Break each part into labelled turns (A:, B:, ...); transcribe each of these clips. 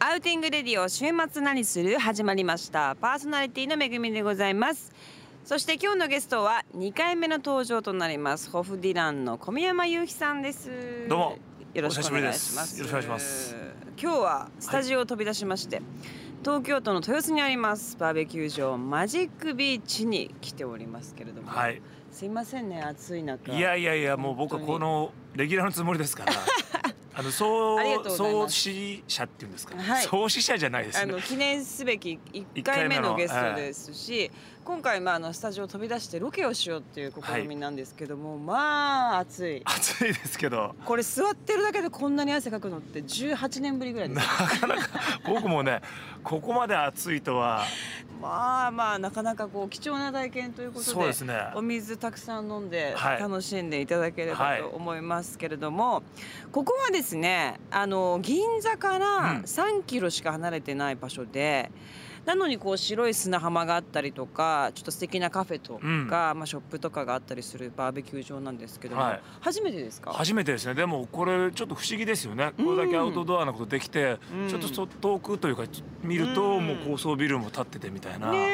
A: アウティングレディオ週末何する始まりましたパーソナリティのめぐみでございますそして今日のゲストは2回目の登場となりますホフディランの小宮山雄飛さんです
B: どうも
A: よろしくお願いします
B: お久しぶりですよろしくお願いします
A: 今日はスタジオを飛び出しまして、東京都の豊洲にありますバーベキュー場マジックビーチに来ておりますけれども、
B: はい。
A: すいませんね暑い中
B: いやいやいや、もう僕はこのレギュラーのつもりで すから。あの、そ
A: ありがとうご
B: う、
A: ざい
B: 創
A: ます
B: 始者っていうんですか。
A: はい
B: 創始者じゃないです
A: あ
B: ね
A: の。記念すべき1
B: 一
A: 回
B: 回
A: 目
B: 目の
A: のゲストですし、今回まああのスタジオを飛び出してロケをしようっていう試みなんですけども、まあ暑い
B: 暑いですけど。
A: これ座ってるだけでこんなに汗かくのって18年ぶりぐらいで
B: な
A: す
B: かなか、僕もね、ここまで暑いとは。
A: まあまあなかなかこう貴重な体験ということで
B: そうですね。
A: お水たくさん飲んで
B: はい
A: 楽しんでいただければ
B: はい
A: と思いますけれども、ここはですねあの銀座から
B: うん
A: 3キロしか離れてない場所で、なのにこう白い砂浜があったりとかちょっと素敵なカフェとか、
B: うん
A: まあ、ショップとかがあったりするバーベキュー場なんですけども、
B: はい
A: 初めてですか
B: 初めてですねでもこれちょっと不思議ですよねこれだけアウトドアなことできて、
A: うん
B: ちょっとそ遠くというかちょ見ると、
A: うん
B: もう高層ビルも建っててみたいな、
A: ね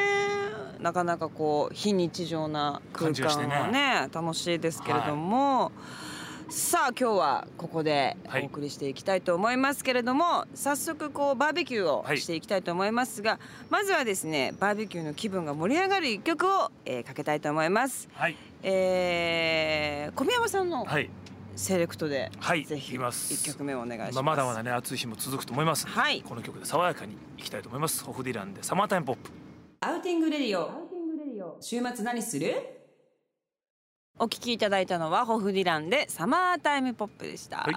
A: えなかなかこう非日常な空
B: 感じがし
A: 間
B: てね
A: はね楽しいですけれども、さあ今日はここで
B: はい
A: お送りしていきたいと思いますけれども、早速こうバーベキュー
B: は
A: を
B: い
A: していきたいと思いますが、まずはですねバーベキューの気分が盛り上がる一曲を、えーかけたいと思います、
B: はい
A: えー、小宮山さんの
B: はい
A: セレクトで、
B: はい
A: ぜひ
B: いきます
A: 一曲目をお願いします、
B: まあまだまだね暑い日も続くと思います、
A: はい
B: この曲で爽やかにいきたいと思いますホフディランでサマータイムポップ
A: アウティングレディオ週末何するお聞きいただいたのはホフディランでサマータイムポップでした、
B: はい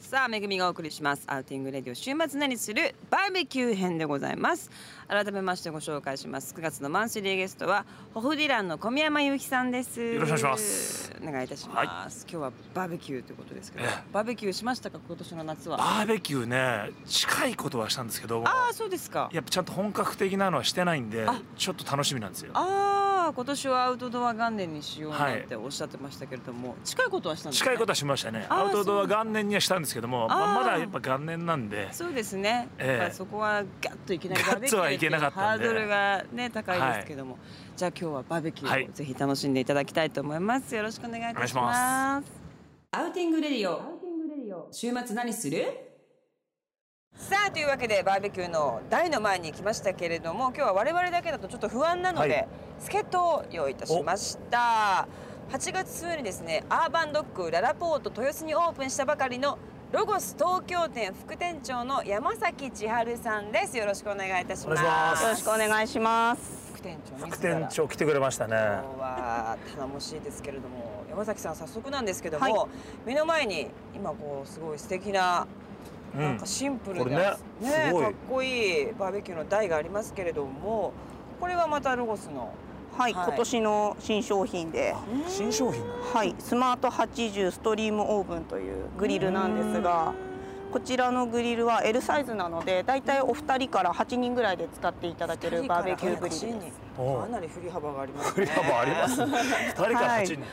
A: さあめぐみがお送りしますアウティングレディオ週末何するバーベキュー編でございます改めましてご紹介します9月のマンスリーゲストはホフディランの小宮山由紀さんです
B: よろしくお願いします
A: お願いいたし
B: はい
A: ます、今日はバーベキューということですけど、
B: ええ
A: バーベキューしましたか今年の夏は
B: バーベキューね近いことはしたんですけど
A: ああそうですか
B: やっぱちゃんと本格的なのはしてないんで
A: あ
B: ちょっと楽しみなんですよ
A: ああ今年はアウトドア元年にしようなんておっしゃってましたけれども、近いことはしたんですね
B: 近いことはしましたね
A: あー
B: アウトドア元年にはしたんですけどもま
A: あー
B: あまだやっぱ元年なんで
A: そうですね、
B: ええ
A: まあそこはガッといきなり
B: ガッとは
A: バーベキューって
B: いけなかった
A: ハー
B: んで
A: ドルがね高いですけども、じゃあ今日はバーベキュ
B: は
A: ー
B: い
A: をぜひ楽しんでいただきたいと思いますよろしくお願いいたし
B: お願いし
A: ま
B: ます
A: アウティングレディオ週末何するさあというわけでバーベキューの台の前に来ましたけれども今日は我々だけだとちょっと不安なので、
B: はい
A: 助っ人を用意いたしました8月末にですねアーバンドッグララポート豊洲にオープンしたばかりのロゴス東京店副店長の山崎千春さんですよろしくお願いいたします
B: お願いします
C: よろしくお願いします。
A: 副店長
B: 副
A: 自ら
B: 店長来てくれましたね
A: 今日は頼もしいですけれども山崎さん早速なんですけども、
C: は
A: 目の前に今こうすごい素敵な
B: う
A: なん
B: ん
A: かシンプル
B: こ
A: で、
B: れねすごい
A: かっこいいバーベキューの台がありますけれどもこれはまたロゴスの
C: はい、
A: はい
C: 今年の新商品で、
B: 新商品なの
C: はい、スマート80ストリームオーブンというグリルなんですが、こちらのグリルは L サイズなので、だいたいお二人から8人ぐらいで使っていただけるバーベキューグリルです。
B: おう
A: かなり振り幅があります
B: 振
A: ね
B: り幅あ りますね二人から八人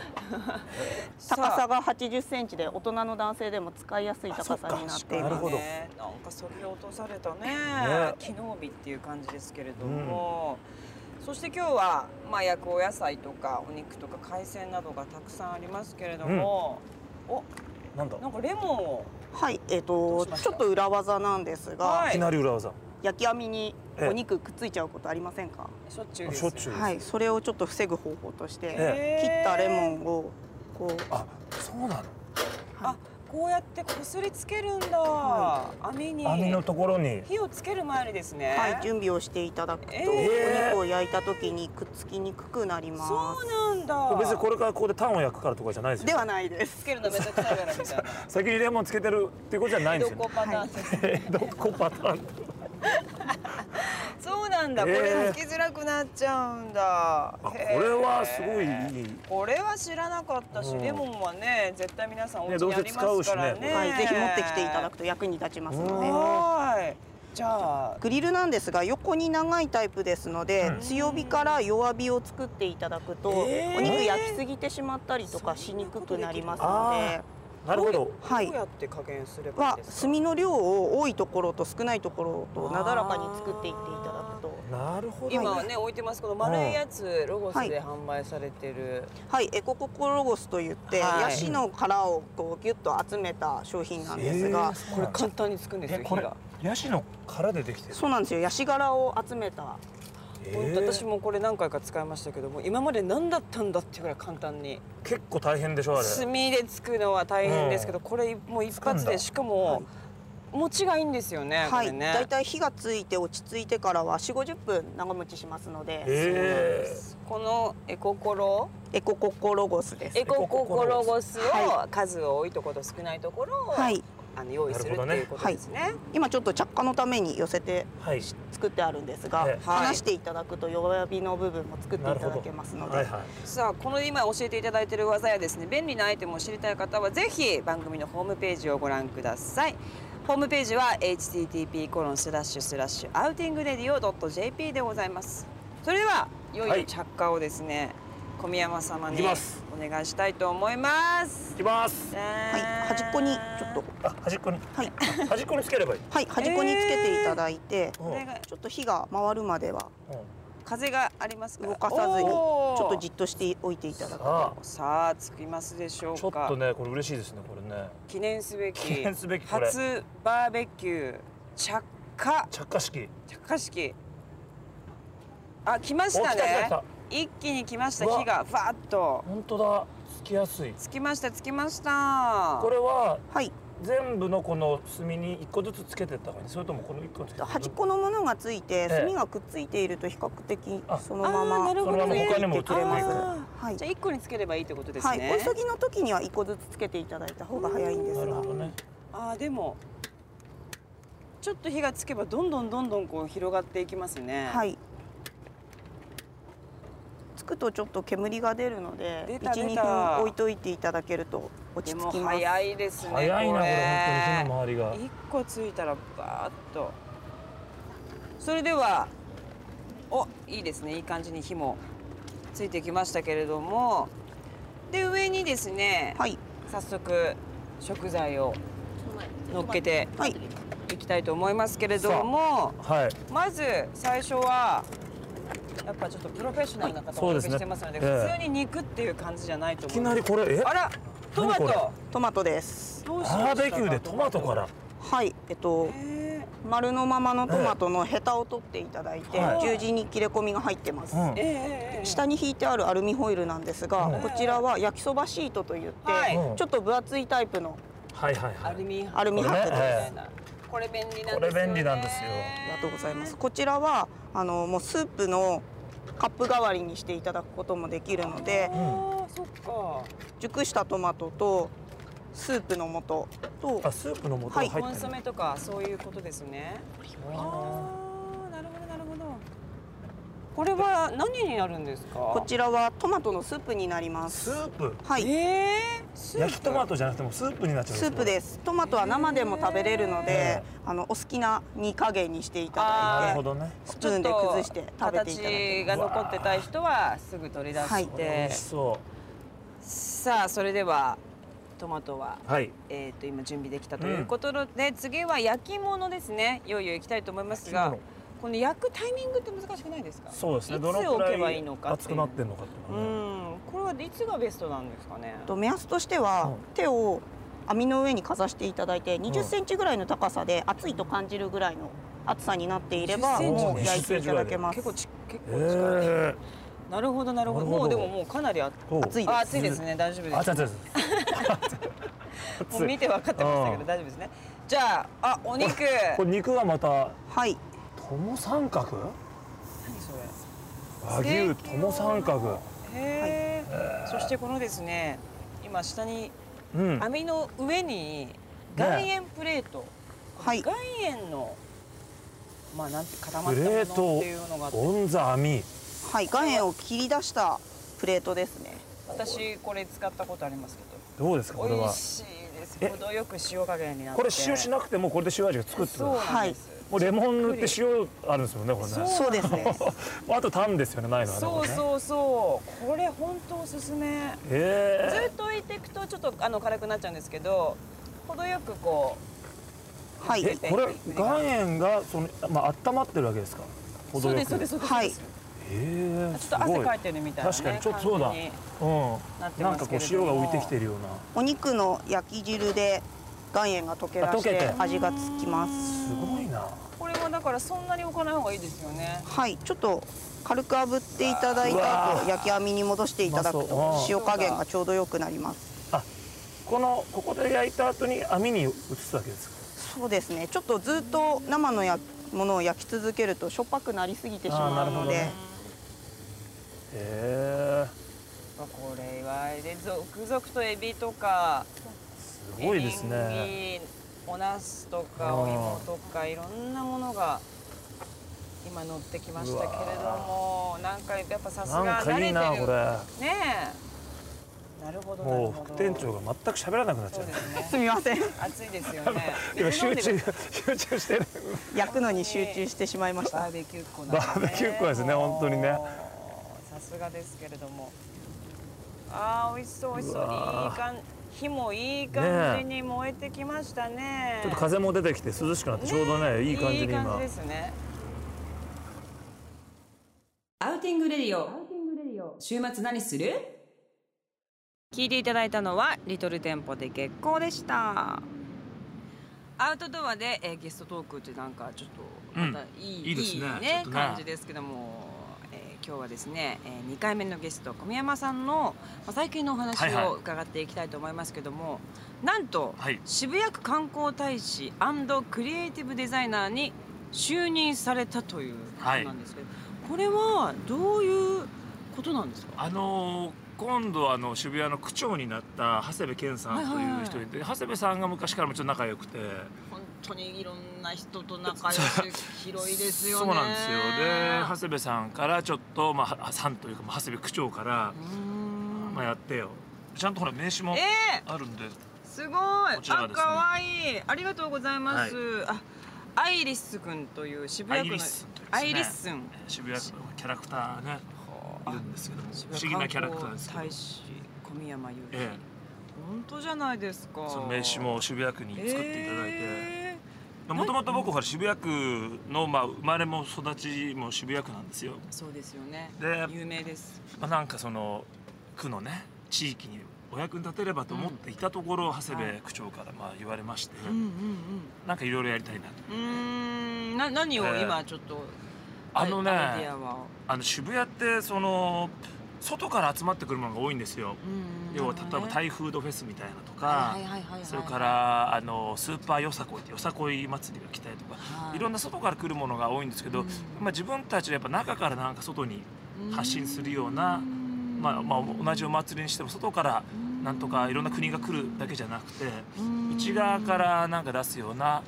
A: さ
C: 高
A: あ
C: さが80センチで大人の男性でも使いやすい高さになってい
B: なる
C: ま
B: ほど
A: ねなんかそぎ落とされたね
B: ね
A: 機能美っていう感じですけれども、そして今日はまあ焼くお野菜とかお肉とか海鮮などがたくさんありますけれども、お
B: なんだ
A: なんかレモンを
C: す。はい、えっ、
A: どう
C: と
A: しました
C: ちょっと裏技なんですが、
A: はい
B: きなり裏技
C: 焼き網に
B: ええ
C: お肉くっついちゃうことありませんか？
A: しょっちゅうです
B: しょっちゅう
C: はい、それをちょっと防ぐ方法として、
B: え
C: 切ったレモンをこう
B: あそうな
A: あこうやってこすりつけるんだ、
C: は
A: 網に
B: の網のところに
A: 火をつける前にですね、
C: はい、準備をしていただくと、
A: えー
C: お肉を焼いた時にくっつきにくくなります。
A: そうなんだ
B: これ別にこれからここでタンを焼くからとかじゃないですよね
C: ではないで
A: つ
C: す。
A: けるのめんどくさいからみたいな
B: 先にレモンつけてるっていうことじゃないんで
A: ど
B: すよね
A: こパターンです、
B: どこパターン
A: そうなんだ、
B: えー
A: これ拭きづらくなっちゃうんだ
B: あこ
A: へー
B: れはすごいいい
A: これは知らなかったし、
B: うん
A: レモンはね絶対皆さんお家
B: ねどう
A: にあ
B: せ
A: りますから
B: 使うし
A: ね
B: ね
C: はい、ぜひ持ってきていただくと役に立ちますの
B: う
C: で。
A: はーいじゃあ
C: グリルなんですが横に長いタイプですので、
B: うん
C: 強火から弱火を作っていただくと、
A: えー
C: お肉焼きすぎてしまったりとかしにくくなります
B: そんなことで
C: の
B: きる
C: で、
B: なるほど。
C: はい
A: どうやって加減すればいいん
C: は
A: ですか
C: 炭の量を多いところと少ないところとなだらかに作っていっていただくと
B: なるほど。
A: 今ね置いてますこの丸いやつロゴスで販売されてる、
C: はいエコココロゴスといって、
A: はい
C: ヤシの殻をこうギュッと集めた商品なんですが、
B: えー
A: これ簡単につくんですよ
B: えこ
A: 火
B: れ
A: が、
B: ヤシの殻でできてる。
C: そうなんですよヤシ殻を集めた
A: ほん
B: え
A: と
B: ー
A: 私もこれ何回か使いましたけども今まで何だったんだっていうぐらい簡単に
B: 結構大変でしょあれ。
A: 炭でつくのは大変ですけど、
B: う
A: これもう一
B: つく
A: 発
B: んだ
A: でしかも持ちがいいんですよね、
C: はい、
A: これね
C: だいたい火がついて落ち着いてからは4 5 0分長持ちしますので
B: ええ
A: このエココロ
C: エコココロゴスです
A: エコココロゴス
C: は
A: を数を多いところと少ないところを、
C: はい
A: あの用意するって
B: なる
A: いう
B: ほ
A: ことですね。
C: 今ちょっと着火のために寄せて
B: はい。
C: 作ってあるんですが、
B: ええ
A: はい
C: 離していただくと弱火の部分も作っていただけますので、
B: はいはい。
A: さあこの今教えていただいている技やですね便利なアイテムを知りたい方はぜひ番組のホームページをご覧くださいホームページは http コロンスラッシュスラッシュアウティングレディオ .jp でございますそれではいよい
B: は
A: よ
B: い
A: 着火をですね、小宮山様に
B: いき
A: お
B: ます
A: 願いしたいと思います
B: いきます。
C: はい、端っこにちょっと
B: あ端っこに
C: はい、
B: 端っこにつければいい。
C: はい、端っこにつけていただいて、
B: うん
A: これが
C: ちょっと火が回るまでは
B: うん
A: 風がありますから
C: 動かさずにち
A: おー
C: ょっとじっとしておいていただくと
B: さあ
A: さあつきますでしょうか
B: ちょっとねこれ嬉しいですねこれね。
A: 記念すべき
B: 記念すべきこれ
A: 初バーベキュー着火
B: 着火式。
A: 着火式あ来まし
B: お
A: た
B: 来た来た来
A: ね
B: た。
A: 一気に来ました
B: うわ
A: 火がファーッと
B: 本当だ。つきやすい。
A: つきましたつきました
B: これは
C: はい
B: 全部のこの炭に一個ずつつけてった方がいいそれともこの一個につけて
C: 端っこのものがついて
B: ええ
C: 炭がくっついていると比較的
B: あ
C: そのま
A: あー
C: ま
A: なる
B: そのまま
A: ね
B: 他にも移
C: つけれます
A: あー
C: はい
A: じゃあ一個につければいいってことです
C: はい、
A: ね、
C: お急ぎの時には一個ずつつけていただいた方が早いんです
B: なる
C: が
B: ほどね
A: あーでもちょっと火がつけばどんどんどんどんこう広がっていきますね
C: はいつくとちょっと煙が出るの
A: 出
C: で
A: た出
C: 12
A: た
C: 分置いといていただけると落
A: で
C: ち
A: も
C: 着きます
A: 早いですね
B: 早いなこれ
A: こ
B: 本当に火
A: れ
B: の周りが
A: 一個ついたらバーッとそれではおいいですねいい感じに火もついてきましたけれどもで上にですね、
C: はい
A: 早速食材を乗っけて
C: はい
A: いきたいと思いますけれども
B: はい
A: まず最初はやっぱちょっとプロフェッショナルな方をお
B: そうで
A: 呼
B: す
A: び
B: ね
A: してますので
B: ええ
A: 普通に肉っていう感じじゃないと
B: い
A: 思
B: き
A: う
B: なりこれえ
A: あらトマ
B: 何これ
A: ト
C: トマトです
A: どうしました
B: バ
A: か
B: ーベキューでトマトから
C: はいえっと
A: えー
C: 丸のままのトマトのヘタを取っていただいて、
B: はい
C: 十字に切れ込みが入ってます、
B: うん
A: ええええ
C: 下に引いてあるアルミホイルなんですが、
B: うん
C: こちらは焼きそばシートといって、
A: はい
B: うん
C: ちょっと分厚いタイプの
B: はいはい
A: ア
B: は
A: ル
B: い
A: ミ
C: アルミ箔です、
B: これねええ
A: これ便利なんですよね
B: これ便利なんですよ
C: ありがとうございますこちらはあのもうスープのカップ代わりにしていただくこともできるので
A: あーそっか
C: 熟したトマトとスープの素と
B: あスープの素が入って
A: コンソ
B: る
A: メとかそういうことですねあーなるほどなるほどこれは何になるんですか
C: こちらはトマトのスープになります
B: スープ
C: はい
A: えー、スープ
B: 焼きトマトじゃなくてもスープになっちゃうん
C: スープ
B: す
C: ですトマトは生でも食べれるので
B: ええ
C: あのお好きな煮加減にしてい
A: あ
C: た
B: な
C: だ
B: る
C: い
B: ほ
C: て
B: どね
C: スプーンで崩して食べていただけ
A: 形が残ってたい人はすぐ取り出
C: は
A: し
C: い
B: これ美
A: て
B: 味しそ
A: さあそれではトマトは
B: うはい
A: えー、と今準備できたということで、次は焼き物ですねいよいよ行きたいと思います
B: 焼
A: が
B: き物
A: この焼くタイミングって難しくないですか
B: そうですね
A: いつ
B: どのく
A: 置けば
B: ら
A: いい
B: い
A: のかっていう
B: 熱くなってんのかっていう
A: う
B: のはね
A: んこれはいつがベストなんですかね
C: と目安としては、
B: うん
C: 手を網の上にかざしていただいて2
B: う
C: 0
B: ん
C: センチぐらいの高さで熱いと感じるぐらいの厚さになっていれ
A: 20
C: ば
A: センチ
C: もう焼いていただけます
A: 結構ち結構近い、
B: え
A: なるほどなるほど
B: なる
A: も
B: ほ
A: うで
B: ど
A: ももうかなりあ
B: え
C: 熱いです
A: あ暑いですね大丈夫で
B: あ
A: す
B: 熱い熱い熱い
A: もう見て分かってましたけ
B: う
A: ど
B: ん
A: 大丈夫ですねじゃああお肉何
B: これ肉がまた
C: はい
B: 友三角
A: そ
B: 和牛友三角
A: れへえ、そしてこのですね今下に
B: うん
A: 網の上に岩塩プレート、
C: はい
A: 岩塩のまあなんて固まったものっていうのがあって
B: オンザ網
C: はい岩塩を切り出したプレートですね
A: 私これ使ったことありますけ
B: どうですか
A: ど
B: これ
A: 美
B: は
A: 味しいでです
B: え
A: 程よく塩加減になって
B: これ塩しなくてもこれで塩味がつくって
A: そう
B: こ
A: なんです、
B: ともうレモン塗って塩あるんですもんねこれね
C: そうで すね
B: あとタンですよねないのはねこ
A: そう
B: れね
A: そうそうこれ本当おすすめ
B: え
A: ず
B: え
A: っと置いていくとちょっとあの辛くなっちゃうんですけど程よくこ
C: はい
B: えこれ岩塩がそのまあ温まってるわけですか
A: うそう
B: 程よ
A: で
B: く
A: すそうですそうです、
C: はい
A: ち
B: ええ
A: ょっ
B: す
A: と
B: ご
A: 汗
B: い
A: かいてるみたいな、ね、
B: 確かにちょっとそうだ
A: 感じになって
B: うんな
A: ま
B: んか
A: す
B: こ
A: け
B: う
A: れど
B: 塩
A: も
B: が浮いてきてるような
C: お肉の焼き汁で岩塩が溶け出し
B: あ溶け
C: て
B: て
C: 味がつきます
B: すごいな
A: これはだからそんなに置かない方がいいですよね
C: はいちょっと軽く炙っていただいうた
B: わ
C: 後焼き網に戻していただく
B: うま
C: と
B: そう
C: 塩加減がちょうど良くなります
B: このここで焼いた後に網に移すわけですか
C: そうですねちょっとずっと生のやものを焼き続けるとしょっぱくなりすぎてしまうので、
B: あーなるへえ
A: これはで続々とエビとか
B: すごいです
A: エリ
B: ね
A: ンギおナスとか
B: うん
A: お芋とかいろんなものが今乗ってきましたけれどもなんかやっぱさすが
B: な
A: 慣れ
B: んか
A: て
B: いい
A: る
B: なこれ
A: ねえなるほどなる
B: もう
A: ほど
B: 副店長が全く喋らなくなっち
A: そ
B: ゃ
A: う
B: う
A: ですね
C: すみません
A: 暑いですよね
B: 今
A: 水飲ん
B: 集
A: でく
B: 中
A: ださい
B: 集中して る
C: 焼くのに集中してしまいました
A: バーベキューっ子なんでね
B: バーベキューっ子ですね本当にね
A: もうさすがですけれどもあー美味しそう美味しそう
B: うわー
A: いい感じ火もいい感じに燃えてきましたね
B: ちょっと風も出てきて涼しくなってちょうどねいい感じに
A: いい感
B: 今
A: じですね
D: アウティングレディオ週末何する
A: 聞いていただいたのはリトル店舗で月光でしたアウトドアで、えーゲストトークってなんかちょっと
B: う
A: ま
B: ん
A: たいい、
B: いいですねちょっとね
A: 感じですけども、えー今日はですね、え2回目のゲスト小宮山さんの、まあ、最近のお話
B: はいはい
A: を伺っていきたいと思いますけども、なんと、
B: はい
A: 渋谷区観光大使クリエイティブデザイナーに就任されたということなんですけど、これはどういうことなんですか
B: あのー今度あの渋谷の区長になった長谷部健さんという人で、長谷部さんが昔からもちょっと仲良くて
A: 本当にいろんな人と仲良く広いですよね。
B: そうなんですよで長谷部さんからちょっと、まあは、さんというかまあ長谷部区長から
A: う、ーん
B: まあ、やってよちゃんとほら名刺も
A: え
B: あるんで、
A: ー、すごい。
B: こちら
A: あ
B: がですね
A: 可愛いありがとうございます。あアイリス君という渋
B: ア
A: 谷
B: イ
A: 区の
B: リスというですね
A: アイリス君。
B: 渋谷のキャラクターねいるんですけども不思議なキャラクターですけど
A: 大使小宮山雄飛、
B: ええ
A: 本当じゃないですか。
B: その名刺も渋谷区に作っていただいて。
A: え
B: もともと僕は渋谷区の、まあ、生まれも育ちも渋谷区なんですよ、
A: ーそうですよね。
B: で
A: 有名です。
B: まあ、なんかその区のね地域にお役に立てればと思っていたところ、長谷部区長からまあ言われまして、
A: うんうん
B: なんかいろいろやりたいなと
A: うん。うーんな何を今ちょっと、
B: あのね
A: アイディアは。
B: あの渋谷ってその外から集まってくるものが多いんですよ、要は例えばタ
A: イ
B: イフードフェスみたいなとか、そ
A: そ
B: れからあのスーパーよさこいってよさこい祭りが来たりとか、い、ろんな外から来るものが多いんですけど、
A: うん
B: まあ、自分たちでやっぱ中からなんか外に発信するようなまあまあ、同じお祭りにしても外からなんとかいろんな国が来るだけじゃなくて内側からなんか出すような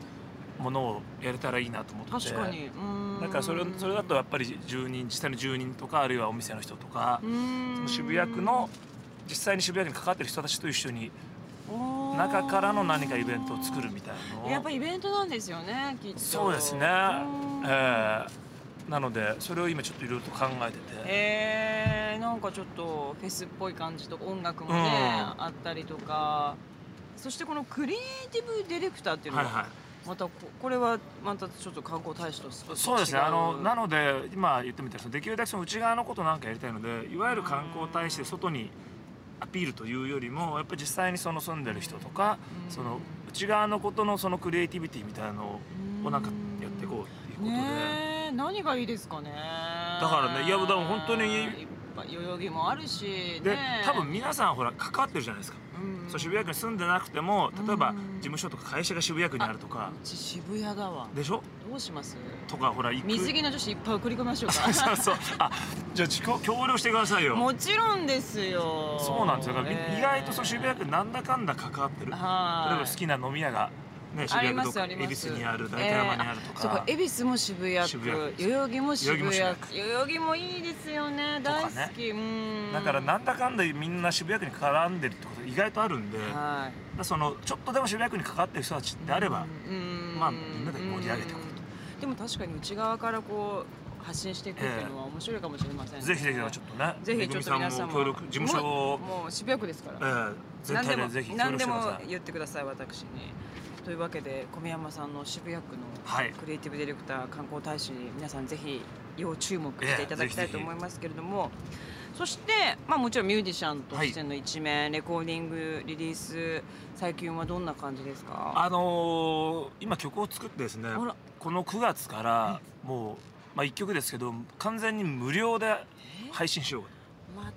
B: ものをやれたらいいなと思って
A: 確
B: て
A: かにうん
B: だからそれそれだとやっぱり住人実際の住人とかあるいはお店の人とかその渋谷区の実際に渋谷区に関わってる人たちと一緒に中からの何かイベントを作るみたいなのを
A: やっぱイベントなんですよねきっと
B: そうですね、え
A: うん
B: えなのでそれを今ちょっといろいろと考えてて。
A: えーなんかちょっとフェスっぽい感じと音楽もね
B: う
A: あったりとかそしてこのクリエイティブディレクターっていうの
B: はいは
A: はいまたここれはまたちょっと観光大使と少し違う
B: そうですねあのなので今言ってみたらそのできるだけその内側のことなんかやりたいのでいわゆる観光大使で外にアピールというよりもやっぱり実際にその住んでる人とか
A: うん
B: その内側のことのそのクリエイティビティみたいなのをなんかやっていこうっていうことで、
A: ねえ何がいいですかねだ
B: からねいやでも本当に
A: 代々木もあるし
B: で
A: ねえ
B: 多分皆さんほら関わってるじゃないですか、
A: うん
B: そう渋谷区に住んでなくても例えば
A: うん
B: 事務所とか会社が渋谷区にあるとか
A: うち渋谷だわ
B: でしょ
A: どうします
B: とかほら行く
A: 水着の女子いっぱい送り込みましょうか
B: そうそうあじゃあちこ協力してくださいよ
A: もちろんですよ
B: そうなんですよだから、
A: ええ
B: 意外とその渋谷区なんだかんだ関わってる例え
A: はい
B: ば好きな飲み屋が、ね、
A: あ
B: 渋
A: り
B: 谷区
A: ま
B: と
A: すあ
B: か
A: り
B: 恵
A: ます
B: 比寿にある大山にあると
A: そうか
B: か、
A: 恵比寿も渋谷区
B: 渋谷区
A: 代々木も渋谷区
B: 代
A: 代
B: 々木も渋
A: 々木もいいですよね
B: とか
A: 大好
B: ね
A: き、うん
B: だからなんだかんだみんな渋谷区に絡んでるってこと意外とあるんで、
A: はい
B: らそのちょっとでも集客に関わってる人たちであれば、
A: うん
B: まあみんなで盛り上げていこうと
A: うんでも確かに内側からこう発信していくっていうのは面白いかもしれませんね、
B: ぜひぜひちょっとね
A: ぜ
B: め
A: ひ
B: ぐ
A: ちょ
B: み
A: っと皆
B: さんも
A: さんも
B: 協力事務所
A: も
B: を、
A: うもう渋谷区ですから
B: えー、全
A: 何で
B: 体
A: も
B: でぜひ協
A: 何
B: 力し
A: で
B: てくだ
A: も
B: さい
A: 言ってください私にというわけで小宮山さんの渋谷区
B: はい
A: のクリエイティブディレクター観光大使に皆さんぜひ要注目していただきたいと思いますけれども、そして、まあ、もちろんミュージシャンとしての一面、レコーディングリリース最近はどんな感じですか
B: あのー今曲を作ってですね
A: あら
B: この9月からもう、まあ、1曲ですけど完全に無料で配信しよう
A: ま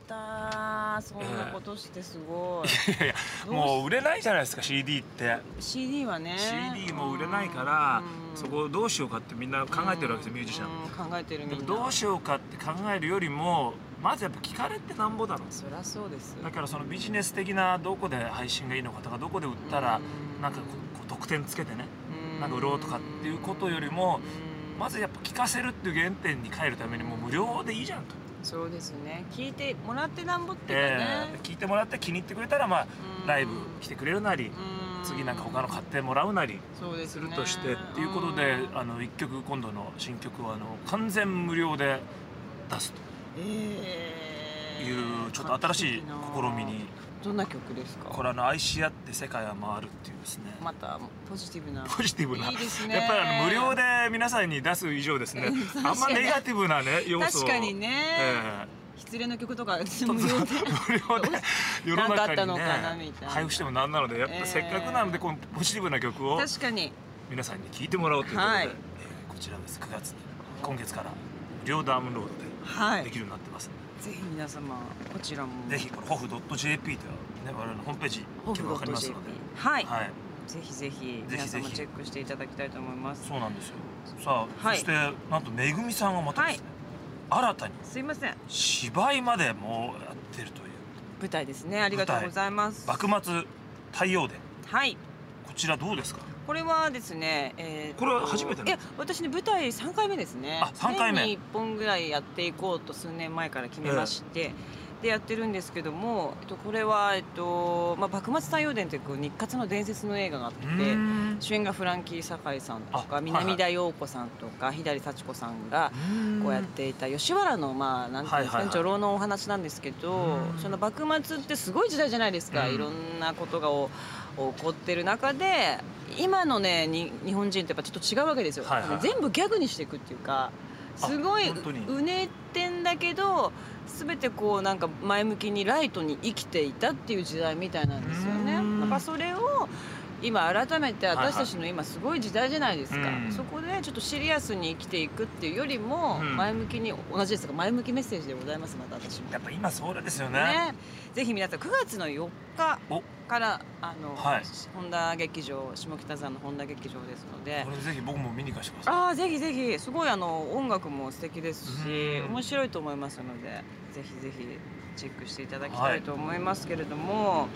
A: たそんなことしてすごい、
B: いやいや
A: どうし
B: もう売れないじゃないですか CD って
A: CD はね
B: CD も売れないから
A: うん
B: そこをどうしようかってみんな考えてるわけですよミュージシャン
A: うん考えてるみん
B: で
A: な
B: もどうしようかって考えるよりもまずやっぱ聞かれてなんぼだろう
A: そりゃそうです
B: だからそのビジネス的などこで配信がいいのかとかどこで売ったらなんかこうこう得点つけてねなんか売ろうとかっていうことよりもまずやっぱ聞かせるっていう原点に帰るためにもう無料でいいじゃんと、
A: そうですね聞いてもらってなんぼっていうかね
B: ええ、聞いてもらって気に入ってくれたらまあ
A: うん
B: ライブ来てくれるなり
A: うん
B: 次なんか他の買ってもらうなり
A: そうですす
B: る
A: ね
B: としてっていうことで
A: うん
B: あの1曲今度の新曲はあの完全無料で出すと
A: え
B: い
A: え
B: うちょっと新しい試みに
A: どんな曲ですか
B: これあの愛し合って世界は回るっていうですね
A: またポジティブな
B: ポジティブない
A: いですね
B: やっぱりあの無料で皆さんに出す以上ですねあんまネガティブなね要素を
A: 確かにね、
B: え
A: 失礼の曲とか
B: え
A: 無料で
B: 無料で世の
A: なんかあ
B: 中
A: った
B: に
A: の
B: ね
A: かなみたいな
B: 配布してもなんなのでやっぱせっかくなのでこのポジティブな曲を
A: 確かに
B: 皆さんに聞いてもらおうということで、
A: はい
B: えーこちらです9月に今月から無料ダウンロード
A: は
B: で
A: い
B: できるようになってます、
A: ぜひ皆様こちらも
B: ぜひこのホフ .jp というね我々のホームページ
A: ホフ
B: 行けば
A: ド
B: わか
A: ット
B: ります
A: JP
B: ので、
A: はい、
B: はい、
A: ぜひぜひ
B: ぜ
A: 皆
B: ひぜひ
A: 様チェックしていただきたいと思います
B: そうなんですよさあ、
A: はい
B: そしてなんとめぐみさんはまたですね、新たに
A: すいません
B: 芝居までもうやってるという
A: 舞台ですねありがとうございます
B: 幕末太陽で
A: はい
B: こちらどうですか
A: これはですね、えーと
B: これは初めてなん
A: い
B: で
A: や私ね舞台三回目ですね
B: あ三回目
A: 年に一本ぐらいやっていこうと数年前から決めまして、でやってるんですけども、えっと、これは、えっとまあ、幕末太陽伝というこう日活の伝説の映画があって
B: うーん
A: 主演がフランキー堺さんと
B: あはいは
A: か
B: い
A: 南田陽子さんとか左幸子さんがこうやっていた吉原のまあなんていうんですか
B: は
A: ね
B: いはいはい
A: 女郎のお話なんですけど
B: うん
A: その幕末ってすごい時代じゃないですか
B: うん
A: いろんなことがお起こってる中で今のねに日本人ってやっぱちょっと違うわけですよ
B: はいはい
A: 全部ギャグにしていくっていうか
B: あ
A: すごい
B: 本当に
A: うねってんだけど全てこうなんか前向きにライトに生きていたっていう時代みたいなんですよね。
B: う
A: や
B: ん
A: っぱそれを今改めて
B: いはい
A: 私たちの今すごい時代じゃないですか、
B: うん
A: そこでちょっとシリアスに生きていくっていうよりも
B: うん
A: 前向きに、同じですが前向きメッセージでございますまた私も
B: やっぱ今そうですよね
A: ねぜひ皆さん9月の4日
B: お
A: からあの、
B: はい
A: 本田劇場下北沢の本田劇場ですので
B: これぜひ僕も見に行かせてくださ
A: ああぜひぜひすごいあの音楽も素敵ですし
B: うん
A: 面白いと思いますのでぜひぜひチェックしていただきた
B: はいい
A: と思いますけれども、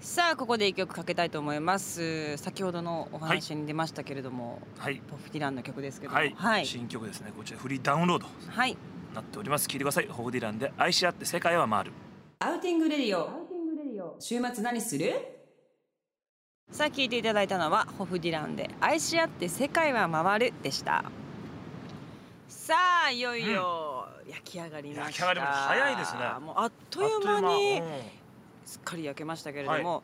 A: さあここで一曲かけたいと思います先ほどのお話に出ましたけれども、
B: いはい
A: ポップディランの曲ですけども
B: はい、
A: はい、
B: 新曲ですねこちらフリーダウンロードに
A: はい
B: なっております聞いてくださいホフディランで愛し合って世界は回る
E: アウティングレディオ週末何する
A: さあ聴いていただいたのはホフディランで「愛し合って世界は回る」でしたさあいよいよ焼き上がりました、
B: 焼き上がりました早いですね
A: もうあっという間に
B: あっという間うん
A: すっかり焼けましたけれども、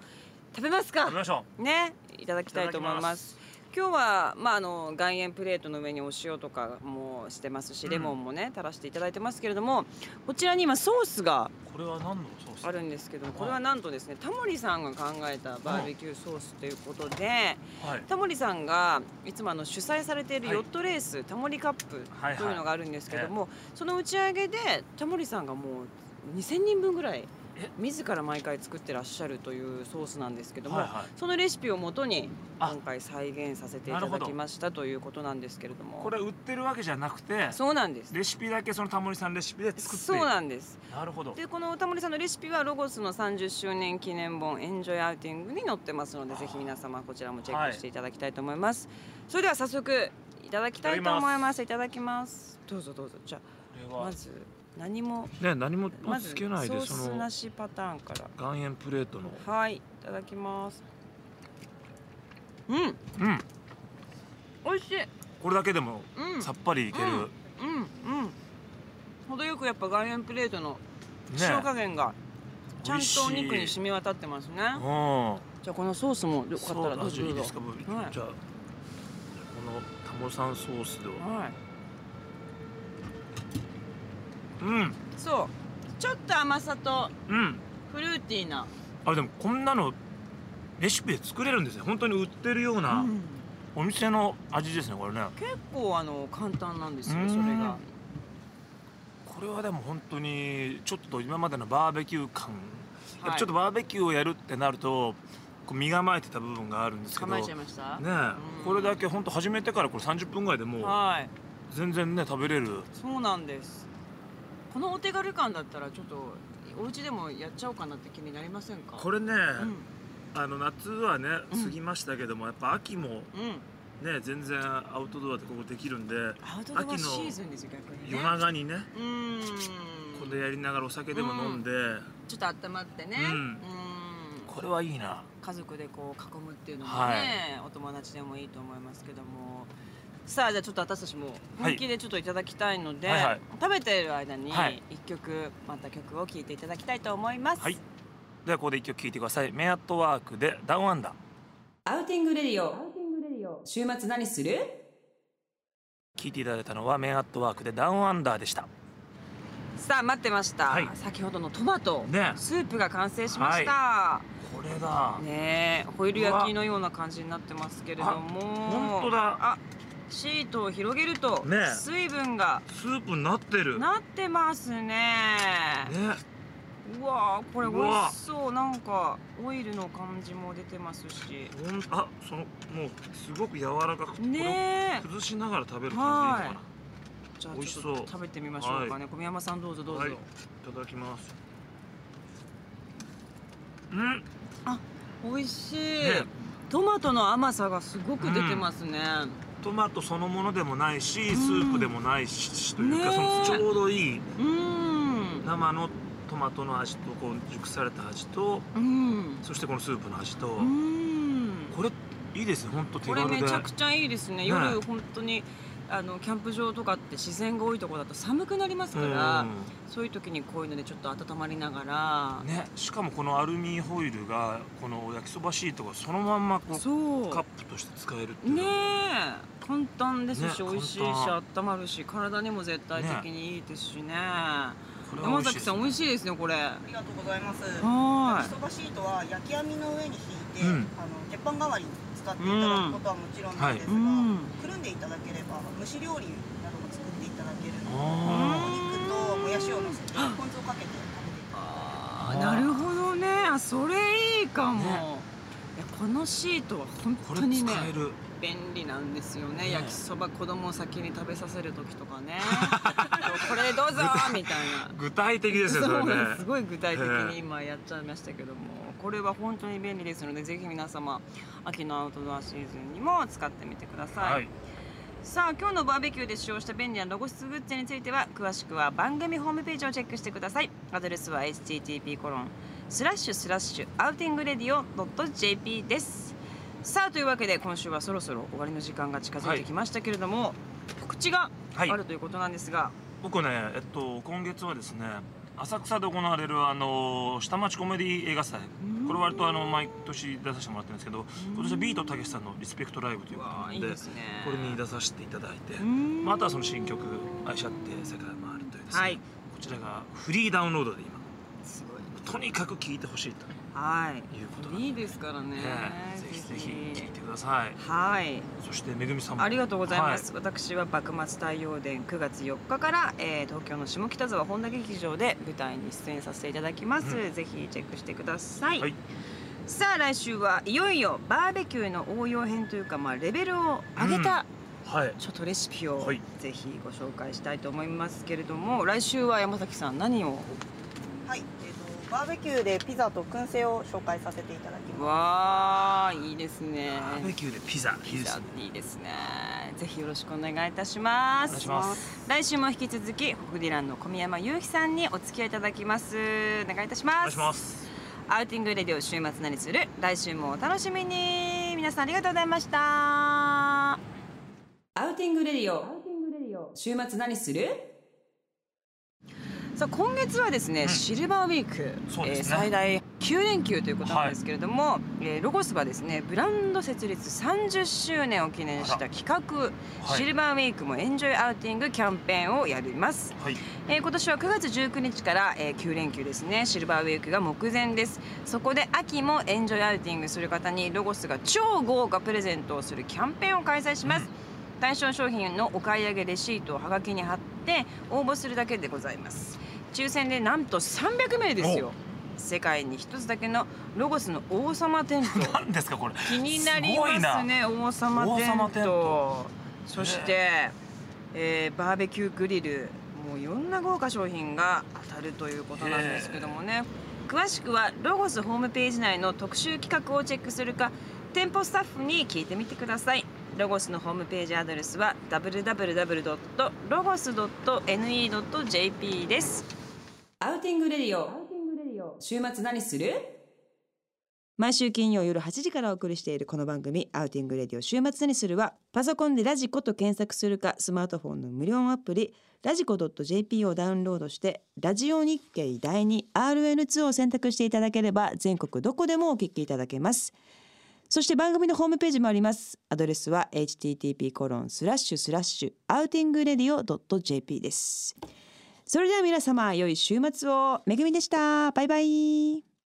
A: 食べます
B: 食べ
A: か
B: ましょ
A: ねいただきたいと思い
B: いただき
A: ま
B: ますす
A: 今日は、まあ、あの岩塩プレートの上にお塩とかもしてますし
B: うん
A: レモンもね、垂らしていただいてますけれどもこちらに今ソースが
B: うこれは何のソース
A: あるんですけどもこれはなんとですねタモリさんが考えたバーベキューソースということで
B: はい
A: タモリさんがいつもあの主催されている
B: はい
A: ヨットレース、タモリカップ
B: はいはい
A: というのがあるんですけども、その打ち上げでタモリさんがもう2000人分ぐらい
B: え
A: 自ら毎回作ってらっしゃるというソースなんですけども、
B: はいはい
A: そのレシピをもとに
B: あ
A: 今回再現させていただ
B: なるほ
A: き
B: ど
A: ましたということなんですけれども
B: これ売ってるわけじゃなくて
A: そうなんです
B: レシピだけそのタモリさんレシピで作って
A: そうなんです
B: なるほど
A: でこのタモリさんのレシピはロゴスの30周年記念本「エンジョイアウティング」に載ってますのでぜひ皆様こちらもチェックしていただきたいと思います、それでは早速いただきたいと思いますいただきますどうぞどうぞじゃあまず何も
B: ね何も
A: まずソ
B: つけないで
A: ー
B: そ
A: ス
B: の
A: なしパターンから
B: 岩塩プレートの
A: はいいただきますうん
B: うん
A: 美味しい
B: これだけでも
A: うん
B: さっぱりいける、
A: うんうんうん程よくやっぱ岩塩プレートの
B: ね
A: 塩加減がちゃん
B: 美味しい
A: とお肉に染み渡ってますね
B: うん
A: じゃあこのソースもよかったら
B: そう
A: ど
B: あ
A: うぞ
B: じゃあいいですか、もうじゃあ
A: はい
B: このタモさんソースでは
A: はい
B: うん
A: そうちょっと甘さと
B: うん
A: フルーティーな、
B: あでもこんなのレシピで作れるんですね本当に売ってるような
A: うん
B: お店の味ですねこれね
A: 結構あの簡単なんですよ
B: うん
A: それが
B: これはでも本当にちょっと今までのバーベキュー感、やっぱちょっと
A: は
B: バーベキューをやるってなるとこう身構えてた部分があるんで
A: い
B: すけど
A: 構えちゃい
B: ね
A: ました、
B: えこれだけ本当始めてからこれ30分ぐらいでもう
A: はい
B: 全然ね食べれる
A: そうなんですこのお手軽感だったらちょっとお家でもやっちゃおうかなって気になりませんか
B: これね、
A: うん
B: あの夏はね
A: うん
B: 過ぎましたけども、やっぱ秋も
A: うん
B: ね全然アウトドアでここできるんで
A: アウトドア
B: 秋
A: シ
B: の
A: ーズンですよ逆にね
B: 夜長にね
A: うーん
B: これやりながらお酒でも飲んで、
A: ちょっと温まってね、
B: うん
A: うん
B: これはいいな
A: 家族でこう囲むっていうのもね、
B: は
A: お友達でもいいと思いますけどもさあじゃあちょっと私たちも
B: はい
A: 本気でちょっといただきたいので、
B: はいはい
A: 食べている間に
B: はい
A: 一曲また曲を聴いていただきたいと思います、
B: はいではここで一曲聴いてくださいメアットワークでダウンアンダー
F: アウティングレディオ週末何する
B: 聴いていただいたのはメアットワークでダウンアンダーでした
A: さあ待ってました、
B: はい
A: 先ほどのトマト、
B: ね
A: スープが完成しました、
B: これだ
A: ねえホイル焼きのような感じになってますけれども
B: 本当だ
A: あシートを広げると、
B: ねえ
A: 水分が
B: スープになってるね
A: なってますねうわーこれ
B: う
A: 美味
B: わ
A: しそうなんかオイルの感じも出てますし
B: ほんあそのもうすごく柔らかくて
A: ね
B: これを崩しながら食べる感じでいいのか
A: はえじゃあ
B: 美味
A: ち
B: し
A: ょっ
B: そう
A: と食べてみましょうかね小宮山さんどうぞどうぞ、
B: はいないただきますうん
A: 美味しい、
B: ね
A: トマトの甘さがすごく出てますね、
B: トマトそのものでもないし、スープでもないしというか、
A: ねえ
B: そのちょうどいい
A: うん
B: 生のトマトの味とこう熟された味と
A: うん
B: そしてこのスープの味と、
A: うん
B: これいいですね本当手
A: これ
B: 軽で
A: めちゃくちゃいいですね
B: ね
A: 夜本当にあのキャンプ場とかって自然が多いとこだと寒くなりますから、そういう時にこういうのでちょっと温まりながら、
B: うんね、しかもこのアルミホイルがこの焼きそばシートがそのまんまこう
A: そう
B: カップとして使えるっていう
A: ね
B: のが
A: え簡単ですし、
B: ね
A: 美味しいし
B: 簡
A: 温まるし体にも絶対的にいいですしね
B: これは
A: 山
B: 美味しい
A: 崎
B: です
A: さん美味しいですねこれは
C: りがとうございます
A: ー
C: 忙しいとは焼き網の上に引いて、
B: うん
C: あの鉄板代わりに使っていただくことはもちろんなんです
A: い
C: が、
A: うん
C: くるんでいただければ蒸し料理なども作っていただけるお
B: あ
C: 肉ともやしをのせてポン酢をかけて食
A: あーなるほどねあそれいいかも、
B: ね
A: いやこのシートは本
B: ーこ
A: 当
B: れ
A: にね
B: 使える
A: 便利なんですよね
B: ね
A: 焼きそば子供を先に食べさせる時とか ねこれどうぞみたいな
B: 具体的ですねそ
A: そ
B: れ
A: う
B: ね
A: なんですすごい具体的
B: ええ
A: に今やっちゃいましたけどもこれは本当に便利ですのでぜひ皆様秋のアウトドアシーズンにも使ってみてください、
B: はい
A: さあ今日のバーベキューで使用した便利なロゴスグッズについては詳しくは番組ホームページをチェックしてくださいアドレスは http コロンスラッシュスラッシュアウティングレディオ .jp ですさあというわけで今週はそろそろ終わりの時間が近づいてきましたけれども、告知があ
B: はい
A: るということなんですが、
B: 僕ね、えっと、今月はですね浅草で行われるあの下町コメディ映画祭これ割とあの毎年出させてもらってるんですけど今年はビートたけしさんの「リスペクトライブ」ということな
A: わ
B: の
A: あ
B: で
A: いいですね
B: これに出させていただいて、
A: ん
B: まあ、あとはその新曲「愛し合って世界を回る」というですね、
A: はい
B: こちらがフリーダウンロードで今
A: すごい
B: とにかく聴いてほしいと
A: はい
B: いうことなんで
A: いいですからね、
B: ええぜひぜひ聴いてください
A: はい
B: そしてめぐみさんも
A: ありがとうございます、私は幕末太陽伝9月4日から、えー東京の下北沢本田劇場で舞台に出演させていただきます、
B: う
A: ぜひチェックしてください、
B: はい
A: さあ来週はいよいよバーベキューの応用編というか、まあ、レベルを上げた
B: はい、はい
A: ちょっとレシピを
B: はい
A: ぜひご紹介したいと思いますけれども、来週は山崎さん何を
C: べてはい、えーとバーベキューでピザと燻製を紹介させていただきます
A: わあいいですね
B: バーベキューでピザいい
A: ピ
B: です
A: ザ
B: ね
A: いいですねぜひよろしくお願いいたします
B: お願いします
A: 来週も引き続きホフディランの小宮山雄飛さんにお付き合いいただきますお願いいたし
B: お
A: ま
B: 願い
A: す
B: します
A: アウティングレディオ週末何する来週もお楽しみに皆皆さんありがとうございました
G: アウティングレディオ週末何する
A: さあ今月はですね、
B: うん
A: シルバーウィーク、
B: そうです
A: えー
B: ね
A: 最大9連休ということなんですけれども、えーロゴスはですねブランド設立30周年を記念し
B: あ
A: た企画、
B: はい
A: シルバーウィークもエンジョイアウティングキャンペーンをやります
B: はい
A: えー今年は9月19日から、えー9連休ですねシルバーウィークが目前ですそこで秋もエンジョイアウティングする方にロゴスが超豪華プレゼントをするキャンペーンを開催します、
B: うん
A: 対象商品のお買い上げレシートをはがきに貼って応募するだけでございます抽選でなんと300名ですよ世界に一つだけのロゴスの王様テント
B: 何ですかこれ
A: 気になりますね王様テント
B: 王様テント
A: そして、えーバーベキューグリルもういろんな豪華商品が当たるということなんですけどもね詳しくはロゴスホームページ内の特集企画をチェックするか店舗スタッフに聞いてみてくださいロゴスのホームページアドレスは www.logos.ne.jp です
G: アウティングレディオ週末何する
H: 毎週金曜夜8時からお送りしているこの番組「アウティングレディオ週末にするは」パソコンで「ラジコ」と検索するかスマートフォンの無料アプリ「ラジコ .jp」をダウンロードして「ラジオ日経第 2RN2」を選択していただければ全国どこでもお聞きいただけます。そして番組のホームページもあります。アドレスは http コロンスラッシュスラッシュアウティングレディオ .jp です。それでは皆様良い週末をめぐみでした。バイバイ。